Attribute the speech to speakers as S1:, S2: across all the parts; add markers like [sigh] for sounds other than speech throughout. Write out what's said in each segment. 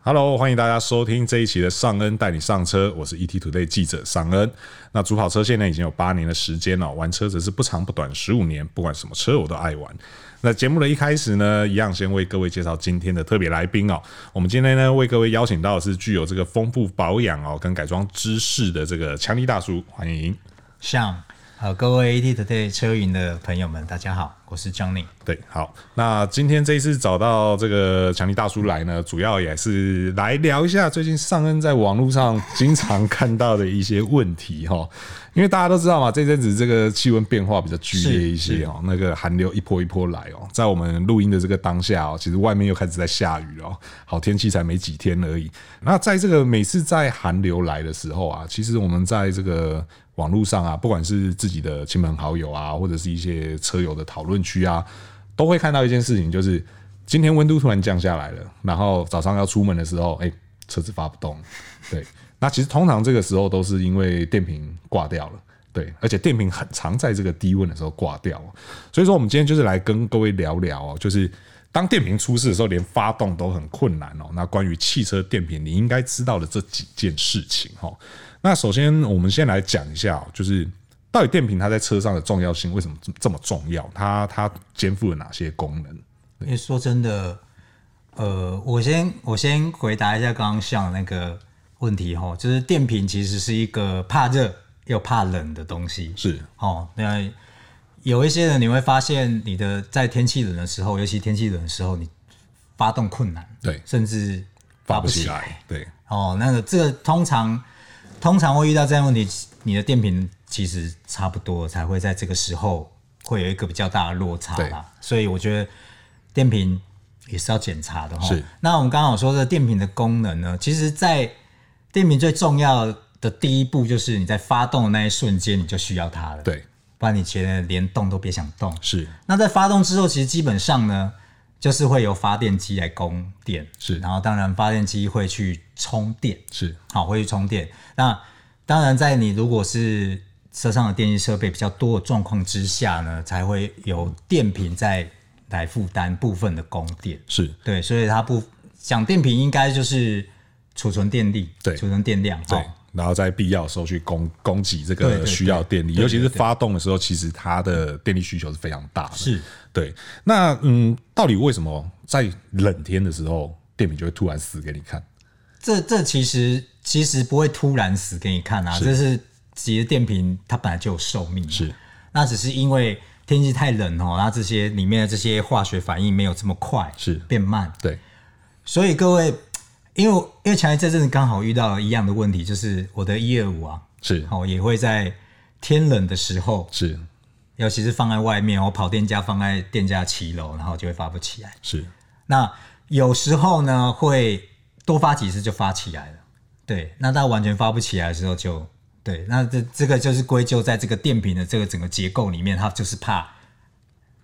S1: Hello，欢迎大家收听这一期的尚恩带你上车，我是 ETtoday 记者尚恩。那主跑车现在已经有八年的时间了，玩车则是不长不短，十五年，不管什么车我都爱玩。那节目的一开始呢，一样先为各位介绍今天的特别来宾哦。我们今天呢为各位邀请到的是具有这个丰富保养哦跟改装知识的这个强力大叔，欢迎。
S2: 像呃各位 AT Today 车云的朋友们，大家好，我是 Johnny。
S1: 对，好，那今天这一次找到这个强力大叔来呢，主要也是来聊一下最近尚恩在网络上经常看到的一些问题哈。 [laughs] 因为大家都知道嘛，这阵子这个气温变化比较剧烈一些哦，那个寒流一波一波来哦，在我们录音的这个当下哦，其实外面又开始在下雨哦，好天气才没几天而已。那在这个每次在寒流来的时候啊，其实我们在这个网络上啊，不管是自己的亲朋好友啊，或者是一些车友的讨论区啊，都会看到一件事情，就是今天温度突然降下来了，然后早上要出门的时候，哎、车子发不动。对，那其实通常这个时候都是因为电瓶挂掉了。对，而且电瓶很常在这个低温的时候挂掉哦，所以说我们今天就是来跟各位聊聊哦，就是当电瓶出事的时候，连发动都很困难哦。那关于汽车电瓶，你应该知道的这几件事情哦。那首先，我们先来讲一下、哦，就是到底电瓶它在车上的重要性为什么这这么重要？它它肩负了哪些功能？
S2: 因为说真的，呃，我先我先回答一下刚刚像那个问题哈，就是电瓶其实是一个怕热又怕冷的东西。
S1: 是
S2: 哦，那有一些人你会发现，你的在天气冷的时候，尤其天气冷的时候，你发动困难，
S1: 对
S2: 甚至
S1: 发
S2: 发
S1: 不
S2: 不起
S1: 起
S2: 来。
S1: 来，对，
S2: 哦，那个这个通常通常会遇到这样的问题，你的电瓶其实差不多才会在这个时候会有一个比较大的落差
S1: 对
S2: 啦。所以我觉得电瓶也是要检查的哈。
S1: 是
S2: 那我们刚刚有说的电瓶的功能呢，其实，在电瓶最重要的第一步就是你在发动的那一瞬间你就需要它了，，
S1: 对，
S2: 不然你觉得连动都别想动。
S1: 是
S2: 那在发动之后，其实基本上呢，就是会由发电机来供电，
S1: 是
S2: 然后当然发电机会去充电，
S1: 是
S2: 好，会去充电。那当然，在你如果是车上的电力设备比较多的状况之下呢，才会由电瓶再来负担部分的供电。
S1: 是，
S2: 对，所以它不讲电瓶应该就是储存电力，
S1: 对
S2: 储存电量，
S1: 对
S2: 哦，
S1: 然后在必要的时候去供供给这
S2: 对
S1: 个
S2: 对
S1: 需要电力，
S2: 对对
S1: 尤其是
S2: 对
S1: 发动的时候，其实它的电力需求是非常大的。
S2: 是。
S1: 对，那嗯，到底为什么在冷天的时候电瓶就会突然死给你看？
S2: 这这其实其实不会突然死给你看啊，这是其实电瓶它本来就有寿命嘛，
S1: 是
S2: 那只是因为天气太冷哦，那这些里面的这些化学反应没有这么快，
S1: 是
S2: 变慢，
S1: 对，
S2: 所以各位，因为我因为强烈这阵子刚好遇到了一样的问题，就是我的一二五啊，
S1: 是
S2: 哦也会在天冷的时候，
S1: 是
S2: 尤其是放在外面，我哦跑店家放在店家七楼，然后就会发不起来。
S1: 是
S2: 那有时候呢，会多发几次就发起来了。对，那到完全发不起来的时候就，对，那这这个就是归咎在这个电瓶的这个整个结构里面，它就是怕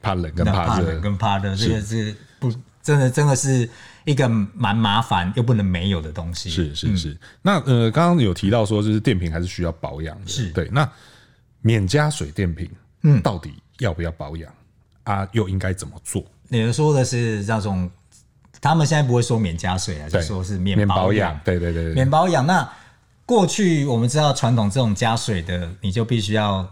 S1: 怕冷跟
S2: 那
S1: 怕热
S2: 冷，跟怕热，这个是不真的真的是一个蛮麻烦又不能没有的东西。
S1: 是是是。那呃，刚刚有提到说，就是电瓶还是需要保养的。
S2: 是
S1: 对。那免加水电瓶，嗯，到底要不要保养啊？又应该怎么做？
S2: 你们说的是那种，他们现在不会说免加水啊，就
S1: 对，
S2: 说是
S1: 免
S2: 免保养。
S1: 对对对对，
S2: 免保养。那过去我们知道传统这种加水的，你就必须要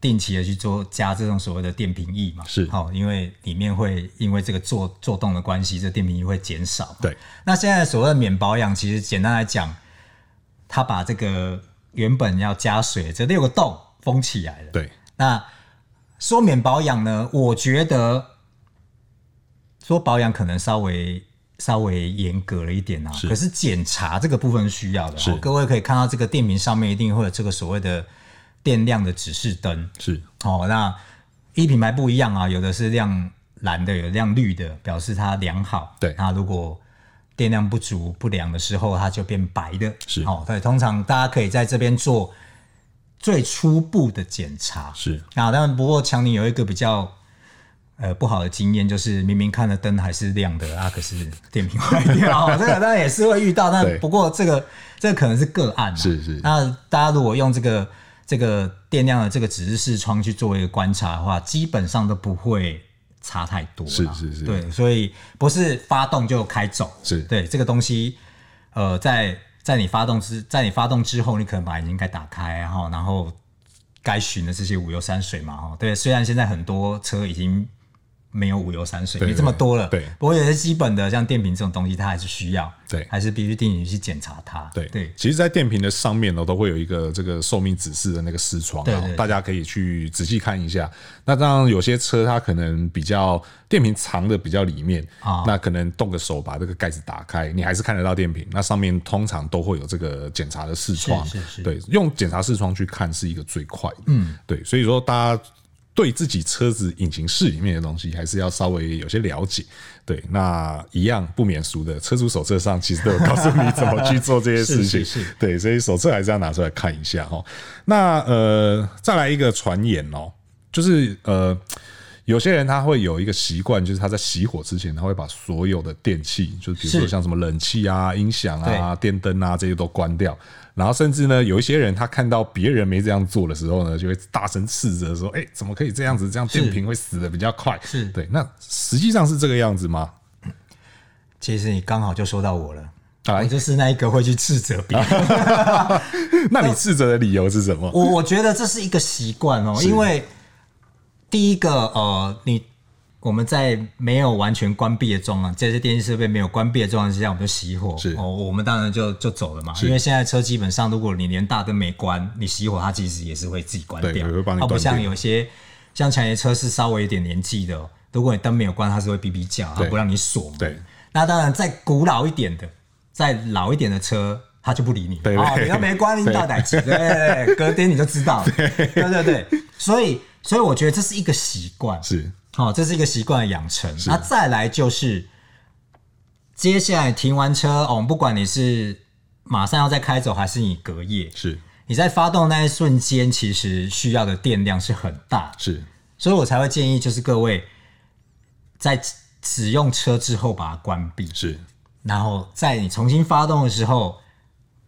S2: 定期的去做加这种所谓的电瓶液嘛，
S1: 是
S2: 好、因为里面会因为这个做做动的关系，这电瓶液会减少嘛。
S1: 对
S2: 那现在所谓的免保养，其实简单来讲，它把这个原本要加水的这六个洞封起来了。
S1: 对
S2: 那说免保养呢，我觉得说保养可能稍微稍微严格了一点啊，
S1: 是
S2: 可是检查这个部分是需要的、
S1: 是
S2: 哦。各位可以看到这个电瓶上面一定会有这个所谓的电量的指示灯
S1: 是
S2: 哦。那一品牌不一样啊，有的是亮蓝的，有的亮绿的，表示它良好。
S1: 对
S2: 那如果电量不足不良的时候，它就变白的。
S1: 是
S2: 哦，对，通常大家可以在这边做最初步的检查。
S1: 是
S2: 啊，当然，不过强尼有一个比较呃不好的经验，就是明明看了灯还是亮的啊，可是电瓶坏
S1: [laughs]
S2: 掉，哦这个当然也是会遇到，
S1: 对
S2: 但不过这个这个可能是个案、啊，
S1: 是是
S2: 那大家如果用这个这个电量的这个指示视窗去做一个观察的话，基本上都不会差太多啦，
S1: 是是是
S2: 对，所以不是发动就开走，
S1: 是
S2: 对这个东西。呃，在在你发动之在你发动之后，你可能把眼睛该打开，然后然后该寻的这些五油山水嘛，哈，对。虽然现在很多车已经没有五油山水，
S1: 对
S2: 没这么多了，
S1: 对
S2: 不过有些基本的像电瓶这种东西，它还是需要，
S1: 对
S2: 还是必须定期去检查它，
S1: 对
S2: 对，
S1: 其实，在电瓶的上面呢，都会有一个这个寿命指示的那个视窗
S2: 对
S1: 啊
S2: 对对，
S1: 大家可以去仔细看一下。那当然，有些车它可能比较电瓶藏的比较里面
S2: 啊
S1: 那可能动个手把这个盖子打开，你还是看得到电瓶。那上面通常都会有这个检查的视窗，
S2: 是是是
S1: 对，用检查视窗去看是一个最快的。嗯，对，所以说大家。对自己车子引擎室里面的东西，还是要稍微有些了解。对，那一样不免俗的，车主手册上其实都有告诉你怎么去做这些事情。
S2: [laughs] 是是是
S1: 对，所以手册还是要拿出来看一下哈。那呃，再来一个传言哦，就是呃，有些人他会有一个习惯，就是他在熄火之前，他会把所有的电器，就是比如说
S2: 是
S1: 像什么冷气啊、音响啊、电灯啊这些都关掉。然后甚至呢，有一些人他看到别人没这样做的时候呢，就会大声斥责说：“哎、怎么可以这样子？这样电
S2: 是
S1: 瓶会死的比较快。”
S2: 是
S1: 对。那实际上是这个样子吗？
S2: 其实你刚好就说到我了，
S1: 哎
S2: 我就是那一个会去斥责别人。
S1: 那你斥责的理由是什么？
S2: 我我觉得这是一个习惯哦，因为第一个呃，你我们在没有完全关闭的状况，这些电器设备没有关闭的状况之下，我们就熄火，
S1: 是
S2: 哦，我们当然就就走了嘛。因为现在车基本上，如果你连大灯没关，你熄火，它其实也是会自己关
S1: 对
S2: 掉，
S1: 也会帮你
S2: 它不
S1: 断
S2: 像
S1: 电
S2: 有些像强爷车是稍微有点年纪的哦，如果你灯没有关，它是会哔哔叫，它
S1: 对
S2: 不让你锁嘛。
S1: 对，
S2: 那当然再古老一点的，再老一点的车。它就不理你，
S1: 对对
S2: 哦，你要没关，你到哪去？对对对，哎隔天你就知道了。对对对，所以所以我觉得这是一个习惯，
S1: 是
S2: 好、这是一个习惯的养成。那再来就是，接下来停完车，哦，我们不管你是马上要再开走，还是你隔夜，
S1: 是
S2: 你在发动那一瞬间，其实需要的电量是很大的。
S1: 是，
S2: 所以我才会建议，就是各位在使用车之后把它关闭，
S1: 是
S2: 然后在你重新发动的时候，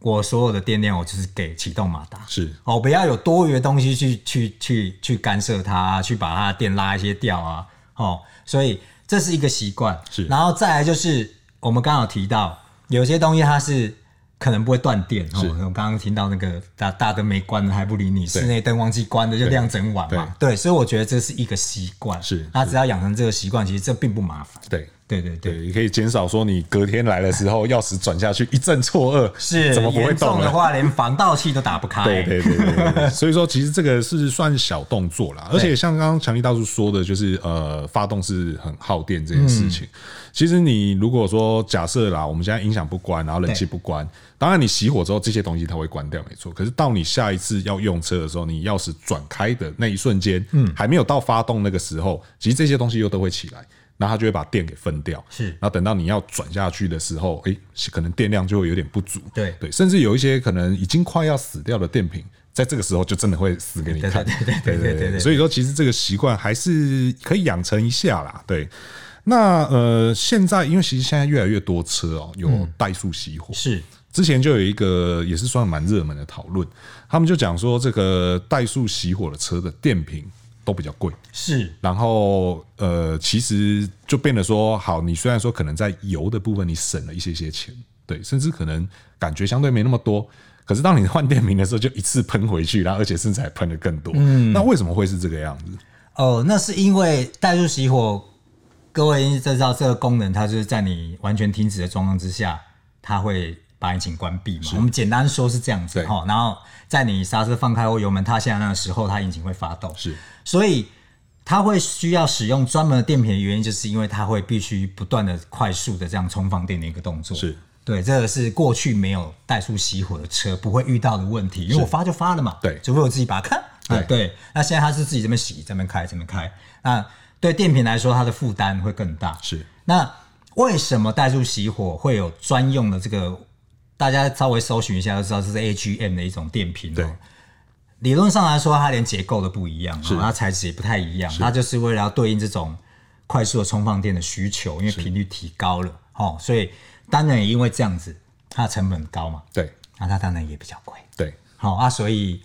S2: 我所有的电量我就是给启动马达，
S1: 是
S2: 哦，不要有多余的东西去去去去干涉它，啊去把它的电拉一些掉啊，哦，所以这是一个习惯。
S1: 是
S2: 然后再来就是我们刚好提到，有些东西它是可能不会断电，哦
S1: 是，
S2: 我刚刚听到那个大大灯没关的还不理你，室内灯忘记关的就亮整晚嘛，对，所以我觉得这是一个习惯，
S1: 是
S2: 那只要养成这个习惯，其实这并不麻烦。
S1: 对。
S2: 对对对
S1: 对，。也可以减少说你隔天来的时候，钥匙转下去一阵错愕，
S2: 是
S1: 怎么不会
S2: 严
S1: 动
S2: 重
S1: 了
S2: 的？话，连防盗器都打不开。
S1: 对对对对对
S2: [laughs]
S1: 对，所以说其实这个是算小动作啦，而且像刚刚强力大叔说的，就是呃，发动是很耗电这件事情。
S2: 嗯
S1: 其实你如果说假设啦，我们现在音响不关，然后冷气不关，当然你熄火之后这些东西它会关掉，没错。可是到你下一次要用车的时候，你钥匙转开的那一瞬间，嗯，还没有到发动那个时候，其实这些东西又都会起来。那它就会把电给分掉，
S2: 是
S1: 然后等到你要转下去的时候，诶、可能电量就会有点不足，
S2: 对
S1: 对，甚至有一些可能已经快要死掉的电瓶，在这个时候就真的会死给你看。
S2: 对对对对对对对
S1: 所以说，其实这个习惯还是可以养成一下啦。对，那呃，现在因为其实现在越来越多车哦、有怠速熄火，
S2: 是
S1: 之前就有一个也是算蛮热门的讨论，他们就讲说这个怠速熄火的车的电瓶都比较贵。
S2: 是
S1: 然后呃，其实就变得说，好，你虽然说可能在油的部分你省了一些些钱，对，甚至可能感觉相对没那么多，可是当你换电瓶的时候，就一次喷回去，然后而且甚至还喷的更多。嗯，那为什么会是这个样子？
S2: 哦，那是因为带入熄火，各位应该知道这个功能，它就是在你完全停止的状况之下，它会把引擎关闭嘛。我们简单说是这样子
S1: 对
S2: 哈，然后在你刹车放开或油门踏下那个时候，它引擎会发动。
S1: 是
S2: 所以它会需要使用专门的电瓶的原因，就是因为它会必须不断的快速的这样充放电的一个动作。
S1: 是
S2: 对，这个是过去没有怠速熄火的车不会遇到的问题，因为我发就发了嘛，
S1: 对
S2: 除非我自己把它看。
S1: 对
S2: 啊对，那现在它是自己这边洗，这边开，这边开，那对电瓶来说，它的负担会更大。
S1: 是
S2: 那为什么怠速熄火会有专用的这个？大家稍微搜寻一下就知道，这是 AGM 的一种电瓶、
S1: 对
S2: 哦。理论上来说，它连结构都不一样、
S1: 是
S2: 哦，它材质也不太一样，它就是为了要对应这种快速的充放电的需求，因为频率提高了，哦，所以当然也因为这样子，它的成本高嘛，
S1: 对
S2: 那它当然也比较贵。
S1: 对
S2: 好、啊，所以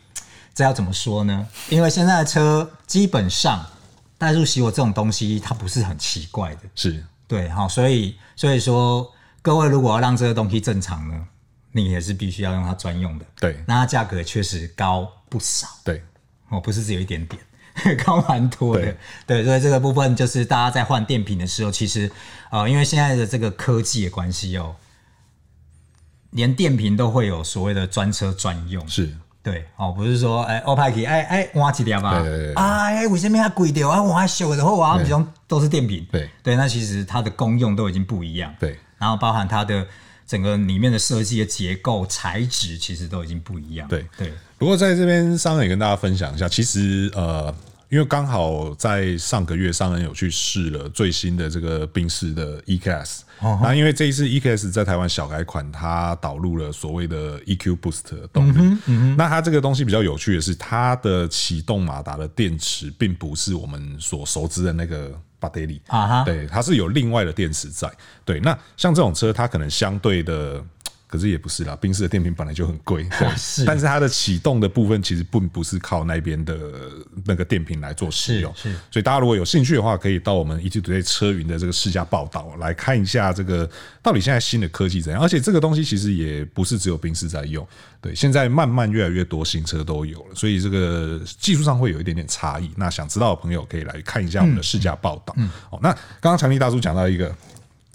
S2: 这要怎么说呢？因为现在的车基本上代入熄火这种东西，它不是很奇怪的，
S1: 是
S2: 对，好、所以所以说各位如果要让这个东西正常呢，你也是必须要用它专用的。
S1: 对
S2: 那它价格确实高不少
S1: 对，
S2: 哦，不是只有一点点， [laughs] 高蛮多的。对，所以这个部分就是大家在换电瓶的时候，其实呃，因为现在的这个科技的关系哦，连电瓶都会有所谓的专车专用。
S1: 是
S2: 对，哦，不是说哎，欧派去哎哎换一条嘛
S1: 对对对，
S2: 啊哎，为什么要贵掉啊？我还修的后啊，这种都是电瓶，
S1: 对
S2: 对，那其实它的功用都已经不一样，
S1: 对，
S2: 然后包含它的整个里面的设计的结构、材质，其实都已经不一样，
S1: 对
S2: 对
S1: 不过在这边，商恩也跟大家分享一下，其实呃，因为刚好在上个月，商恩有去试了最新的这个宾士的 EKS，、那
S2: 嗯
S1: 因为这一次 EKS 在台湾小改款，它导入了所谓的 EQ Boost 的
S2: 嗯
S1: 动力。那它这个东西比较有趣的是，它的启动马达的电池并不是我们所熟知的那个 battery，
S2: 啊哈
S1: 对，它是有另外的电池在。对，那像这种车，它可能相对的。可是也不是啦，宾士的电瓶本来就很贵，对，
S2: [laughs] 是
S1: 但是它的启动的部分其实并不是靠那边的那个电瓶来做使用，
S2: 是是
S1: 所以大家如果有兴趣的话，可以到我们 ET Today 车云的这个试驾报道来看一下这个到底现在新的科技怎样。而且这个东西其实也不是只有宾士在用，对，现在慢慢越来越多新车都有了，所以这个技术上会有一点点差异。那想知道的朋友可以来看一下我们的试驾报道。哦，那刚刚强力大叔讲到一个，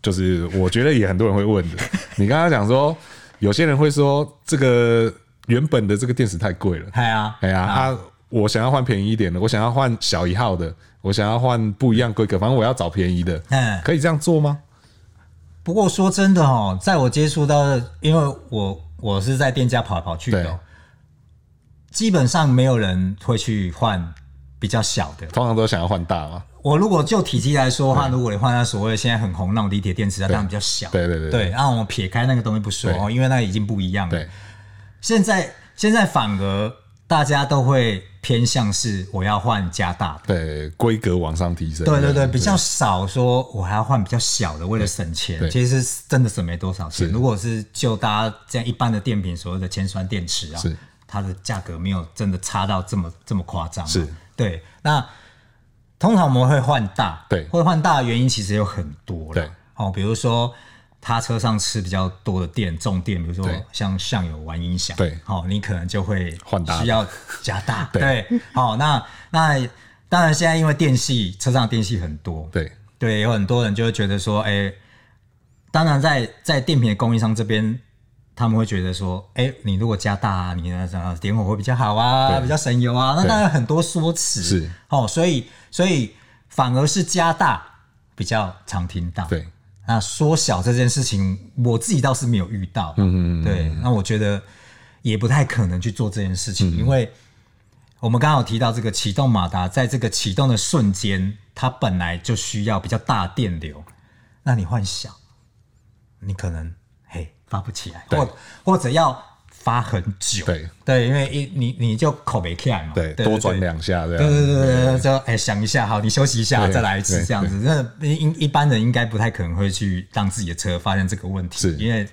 S1: 就是我觉得也很多人会问的，你刚刚讲说有些人会说这个原本的这个电池太贵了。
S2: 哎呀，
S1: 哎呀，啊，我想要换便宜一点的，我想要换小一号的，我想要换不一样规格，反正我要找便宜的，
S2: 嗯
S1: 可以这样做吗？
S2: 不过说真的哦，在我接触到的，因为我我是在店家跑来跑去的
S1: 对
S2: 哦，基本上没有人会去换比较小的。
S1: 通常都想要换大嘛，
S2: 我如果就体积来说的话，如果你换到所谓现在很红那种锂铁电池，啊它当然比较小。
S1: 对对对
S2: 对，那我们撇开那个东西不说
S1: 对
S2: 哦，因为那个已经不一样了
S1: 对。
S2: 现在现在反而大家都会偏向是我要换加大的。
S1: 对，规格往上提升，
S2: 对对对，比较少说，我还要换比较小的，为了省钱
S1: 对，
S2: 其实是真的省没多少钱。
S1: 是
S2: 如果是就大家这样一般的电瓶所谓的铅酸电池啊
S1: 是，
S2: 它的价格没有真的差到这么这么夸张啊、
S1: 是
S2: 对。那通常我们会换大，
S1: 对
S2: 会换大的原因其实有很多啦
S1: 对
S2: 哦，比如说。他车上吃比较多的电，重电，比如说
S1: 对
S2: 像像有玩音响，
S1: 对
S2: 哦，你可能就会
S1: 换大的
S2: 需要加大，
S1: 对
S2: 对，好，那那当然现在因为电系车上的电系很多，
S1: 对
S2: 对，有很多人就会觉得说，哎、当然在在电瓶的供应商这边，他们会觉得说，哎、你如果加大、啊，你呢怎样点火会比较好啊，
S1: 对
S2: 比较省油啊，那
S1: 对
S2: 当然很多说辞
S1: 是
S2: 哦，所以所以反而是加大比较常听到，
S1: 对
S2: 那缩小这件事情，我自己倒是没有遇到。嗯嗯对，那我觉得也不太可能去做这件事
S1: 嗯
S2: 情，因为我们刚刚有提到这个启动马达，在这个启动的瞬间，它本来就需要比较大的电流，那你换小，你可能嘿发不起来，
S1: 对
S2: 或或者要发很久。
S1: 对
S2: 对，因为一你你就口没起来嘛，
S1: 对，多转两下这
S2: 对对
S1: 样，
S2: 对对对，就哎想一下，好，你休息一下，
S1: 对
S2: 再来一次
S1: 对
S2: 这样子。那一一般人应该不太可能会去让自己的车发现这个问题，
S1: 是
S2: 因为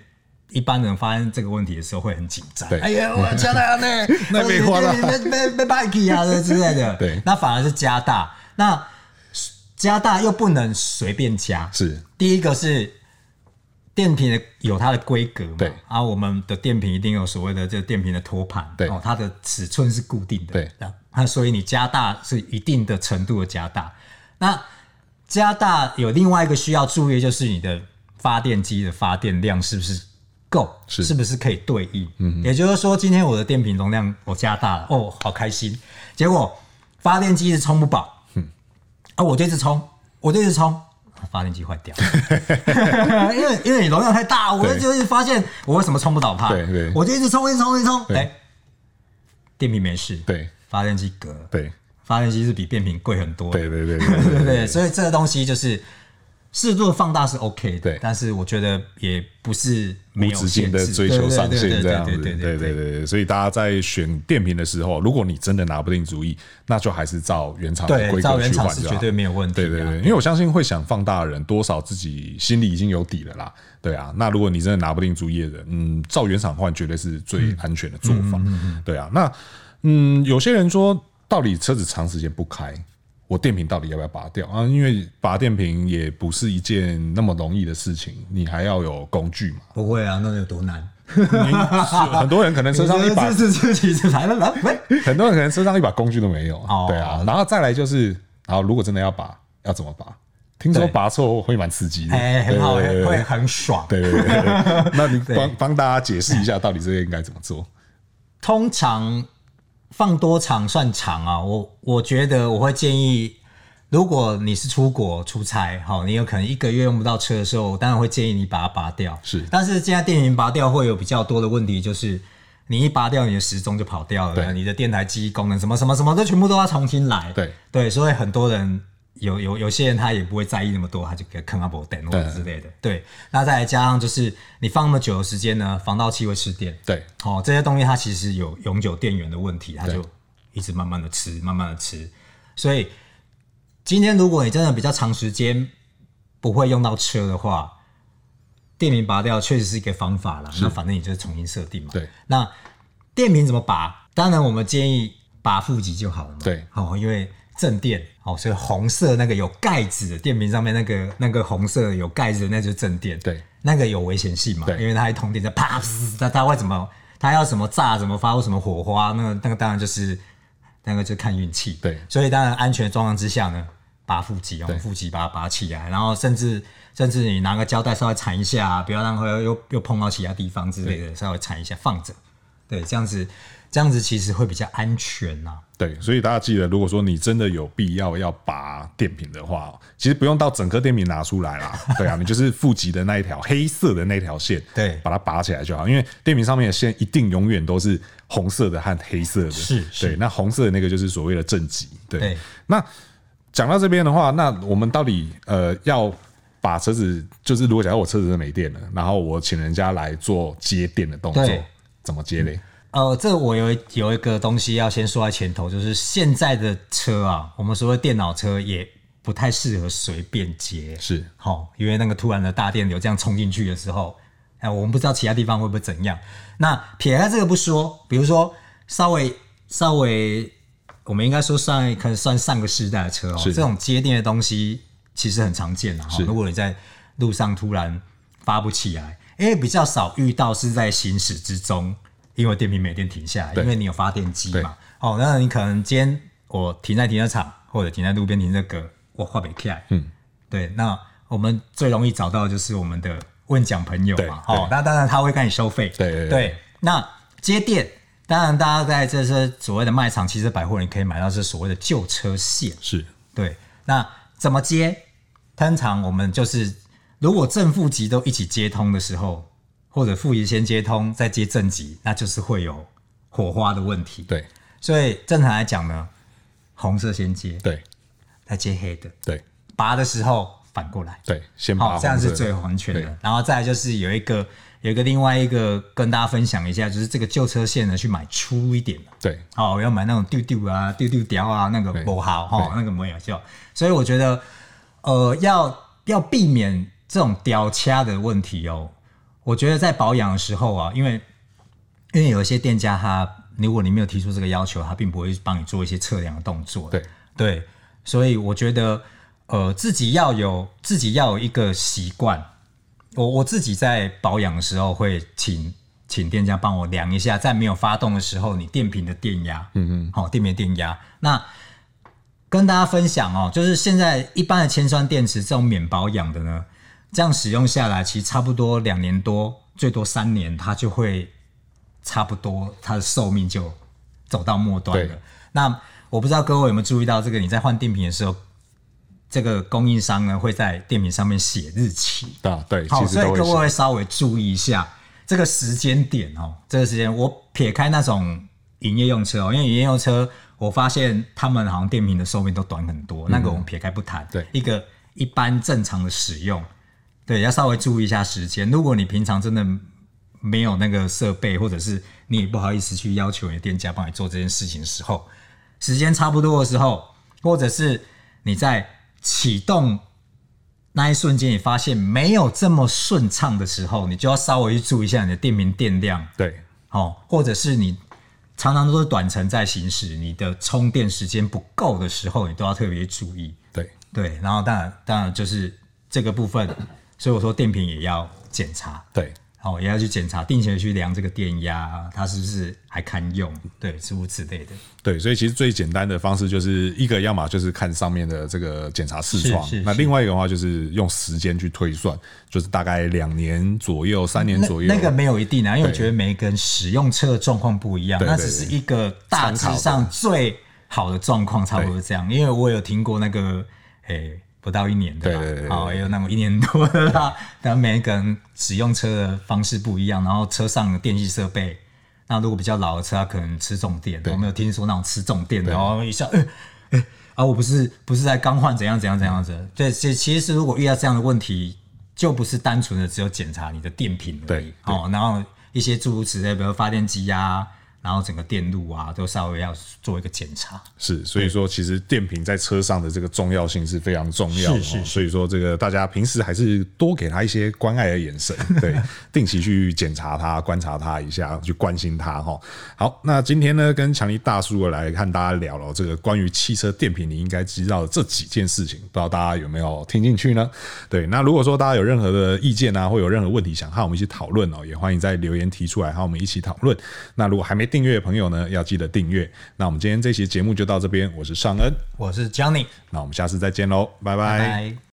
S2: 一般人发现这个问题的时候会很紧张
S1: 对。
S2: 哎呀，我加大呢，
S1: 那被花了
S2: 被被被 b i k 啊之类的。
S1: 对
S2: 那反而是加大，那加大又不能随便加，
S1: 是
S2: 第一个是电瓶的有它的规格嘛，
S1: 对
S2: 啊，我们的电瓶一定有所谓的这个电瓶的托盘，
S1: 对
S2: 哦，它的尺寸是固定的，
S1: 对
S2: 啊，那所以你加大是一定的程度的加大。那加大有另外一个需要注意，就是你的发电机的发电量是不是够，
S1: 是嗯
S2: 不是可以对应？也就是说，今天我的电瓶容量我加大了，哦，好开心，结果发电机是充不饱，啊，我就一直冲，我就一直冲，啊发电机坏掉，因为因为你容量太大，我
S1: 对
S2: 就一直发现我为什么冲不倒它，
S1: 对对
S2: 我就一直冲，一直冲，一直冲，
S1: 对
S2: 哎，电瓶没事，，
S1: 对
S2: 发电机革，
S1: 对
S2: 发电机是比电瓶贵很多，
S1: 对对对
S2: 对
S1: 对
S2: 对对，所以这个东西就是适度的放大是 OK 的，
S1: 对
S2: 但是我觉得也不是没
S1: 无
S2: 有
S1: 止境的
S2: 限制
S1: 追求上限这样子，对
S2: 对对
S1: 对
S2: 对
S1: 对对，所以大家在选电瓶的时候，如果你真的拿不定主意，那就还是照原厂的
S2: 对，
S1: 规
S2: 对，照
S1: 格
S2: 原
S1: 去
S2: 厂
S1: 换
S2: 是
S1: 就
S2: 绝
S1: 好。
S2: 对没有问题
S1: 对
S2: 的，
S1: 对对，因为我相信会想放大的人，多少自己心里已经有底了啦。对啊，那如果你真的拿不定主意的人，嗯，照原厂换绝对是最安全的做
S2: 嗯
S1: 嗯法。对啊，那嗯，有些人说，到底车子长时间不开，我电瓶到底要不要拔掉啊？因为拔电瓶也不是一件那么容易的事情，你还要有工具嘛。
S2: 不会啊，那有多难？
S1: 你
S2: 啊
S1: 很多人可能身上一把，
S2: 自自己自来了来来，
S1: 很多人可能身上一把工具都没有
S2: 哦。
S1: 对啊，然后再来就是，然后如果真的要拔，要怎么拔？听说
S2: 对
S1: 拔错会蛮刺激的，
S2: 哎，很好，
S1: 对对对
S2: 会很爽。
S1: 对对对对，那你
S2: 对
S1: 帮帮大家解释一下，到底这个应该怎么做？
S2: 通常放多长算长啊？我我觉得我会建议，如果你是出国出差，好，你有可能一个月用不到车的时候，我当然会建议你把它拔掉。
S1: 是
S2: 但是现在电源拔掉会有比较多的问题，就是你一拔掉，你的时钟就跑掉
S1: 对
S2: 了，你的电台记忆功能什么什么什么，这全部都要重新来。
S1: 对
S2: 对，所以很多人。有有有些人他也不会在意那么多，他就给坑阿伯等或者
S1: 对
S2: 之类的。对，那再来加上就是你放那么久的时间呢，防盗器会失电。
S1: 对，
S2: 哦，这些东西它其实有永久电源的问题，它
S1: 对
S2: 就一直慢慢的吃，慢慢的吃。所以今天如果你真的比较长时间不会用到车的话，电瓶拔掉确实是一个方法啦。那反正你就是重新设定嘛。
S1: 对。
S2: 那电瓶怎么拔？当然我们建议拔负极就好了嘛。
S1: 对。
S2: 哦，因为正电哦，所以红色那个有盖子的电瓶上面那个那个红色有盖子的那就是正电。
S1: 对。
S2: 那个有危险性嘛？
S1: 对
S2: 因为它一通电在啪，嘶那它会怎么？它要什么炸、什么发或什么火花？那个那个当然就是那个就看运气。
S1: 对
S2: 所以当然安全的状况之下呢，拔腹肌，用
S1: 对
S2: 腹肌哦把它拔起来，然后甚至甚至你拿个胶带稍微缠一下、啊不要让它又又碰到其他地方之类的，稍微缠一下放着。对，这样子这样子其实会比较安全啊呐、
S1: 对，所以大家记得，如果说你真的有必要要拔电瓶的话，其实不用到整颗电瓶拿出来
S2: [laughs]
S1: 啦。对啊，你就是负极的那一条黑色的那条线，
S2: 对
S1: 把它拔起来就好。因为电瓶上面的线一定永远都是红色的和黑色的，
S2: 是是
S1: 对。那红色的那个就是所谓的正极，对。
S2: 对
S1: 那讲到这边的话，那我们到底呃要把车子，就是如果假如我车子真的没电了，然后我请人家来做接电的动作
S2: 对，
S1: 怎么接嘞？
S2: 呃，这我有一有一个东西要先说在前头，就是现在的车啊，我们所谓电脑车也不太适合随便接，
S1: 是
S2: 好、因为那个突然的大电流这样冲进去的时候，哎、我们不知道其他地方会不会怎样。那撇开这个不说，比如说稍微稍微，我们应该说算可能算上个世代的车哦，
S1: 是
S2: 这种接电的东西其实很常见的哈
S1: 是。
S2: 如果你在路上突然发不起来，因为比较少遇到是在行驶之中，因为电瓶没电停下来，
S1: 对
S2: 因为你有发电机
S1: 对
S2: 嘛。哦，那你可能今天我停在停车场或者停在路边停这个，我画不起来，嗯。对，那我们最容易找到的就是我们的问讲朋友
S1: 对
S2: 嘛，
S1: 对
S2: 哦，那当然他会跟你收费，
S1: 对对对
S2: 那接电，当然大家在这些所谓的卖场，其实百货你可以买到是所谓的旧车线，
S1: 是，
S2: 对，那怎么接？通常我们就是如果正负极都一起接通的时候，或者负极先接通，再接正极，那就是会有火花的问题。，
S1: 对
S2: 所以正常来讲呢，红色先接，
S1: 对
S2: 再接黑的，
S1: 对
S2: 拔的时候反过来。
S1: 对，先
S2: 好、
S1: 拔
S2: 这样
S1: 红色
S2: 是
S1: 的
S2: 最完全
S1: 对
S2: 的。然后再来就是有一个有一个另外一个跟大家分享一下，就是这个旧车线呢去买粗一点的。
S1: 对
S2: 哦，要买那种丢丢啊、丢丢条啊，那个
S1: 对
S2: 不好哈、
S1: 对
S2: 那个没有效。所以我觉得，呃，要要避免这种雕掐的问题哦。我觉得在保养的时候啊，因为因为有一些店家他，如果你没有提出这个要求，他并不会帮你做一些测量的动作。
S1: 对
S2: 对，所以我觉得，呃，自己要有自己要有一个习惯。我我自己在保养的时候会请请店家帮我量一下，在没有发动的时候，你电瓶的电压，嗯嗯，好、电瓶的电压。那跟大家分享哦，就是现在一般的铅酸电池这种免保养的呢，这样使用下来，其实差不多两年多，最多三年，它就会差不多它的寿命就走到末端了
S1: 对。
S2: 那我不知道各位有没有注意到，这个你在换电瓶的时候，这个供应商呢会在电瓶上面写日期，
S1: 啊对，
S2: 好，
S1: 其实
S2: 所以
S1: 都
S2: 各位
S1: 会
S2: 会稍微注意一下这个时间点哦。这个时间，我撇开那种营业用车哦，因为营业用车，我发现他们好像电瓶的寿命都短很多，那个我们撇开不谈。
S1: 嗯对
S2: 一个一般正常的使用，对，要稍微注意一下时间。如果你平常真的没有那个设备，或者是你也不好意思去要求你的店家帮你做这件事情的时候，时间差不多的时候，或者是你在启动那一瞬间，你发现没有这么顺畅的时候，你就要稍微去注意一下你的电瓶电量，
S1: 对
S2: 哦，或者是你常常都是短程在行驶，你的充电时间不够的时候，你都要特别注意。
S1: 对，
S2: 对，然后当然当然就是这个部分，所以我说电瓶也要检查，
S1: 对，
S2: 哦，也要去检查，定期的去量这个电压，它是不是还堪用，对，诸如此类的。
S1: 对，所以其实最简单的方式就是一个，要么就是看上面的这个检查视窗
S2: 是是，
S1: 那
S2: 是
S1: 另外一个的话就是用时间去推算，就是大概两年左右、三年
S2: 那
S1: 左右。
S2: 那个没有一定啊，因为我
S1: 对
S2: 觉得每一个人使用车的状况不一样，
S1: 对
S2: 那
S1: 对
S2: 只是一个大致
S1: 参考
S2: 上最好的状况，差不多是这样。因为我有听过那个，诶、不到一年的啦，
S1: 对对对
S2: 哦，也有那种一年多的啦。但每一个人使用车的方式不一样，然后车上的电器设备，那如果比较老的车，它可能吃重电。我们有听说那种吃重电的，然后一下，呃呃啊，我不是不是在刚换怎样怎样怎样子。对，其其实如果遇到这样的问题，就不是单纯的只有检查你的电瓶而已
S1: 对，
S2: 哦，然后一些诸如此类，比如发电机啊，然后整个电路啊，都稍微要做一个检查。
S1: 是，所以说其实电瓶在车上的这个重要性是非常重要的哦，
S2: 是是是
S1: 所以说这个大家平时还是多给他一些关爱的眼神，对，定期去检查他、观察他一下，去关心他哈。好，那今天呢，跟强力大叔来看大家聊聊这个关于汽车电瓶你应该知道的这几件事情，不知道大家有没有听进去呢？对，那如果说大家有任何的意见啊，或有任何问题想和我们一起讨论哦，也欢迎在留言提出来，和我们一起讨论。那如果还没订阅的朋友呢，要记得订阅。那我们今天这期节目就到这边，我是尚恩，
S2: 我是 Johnny，
S1: 那我们下次再见喽，拜拜
S2: 拜拜。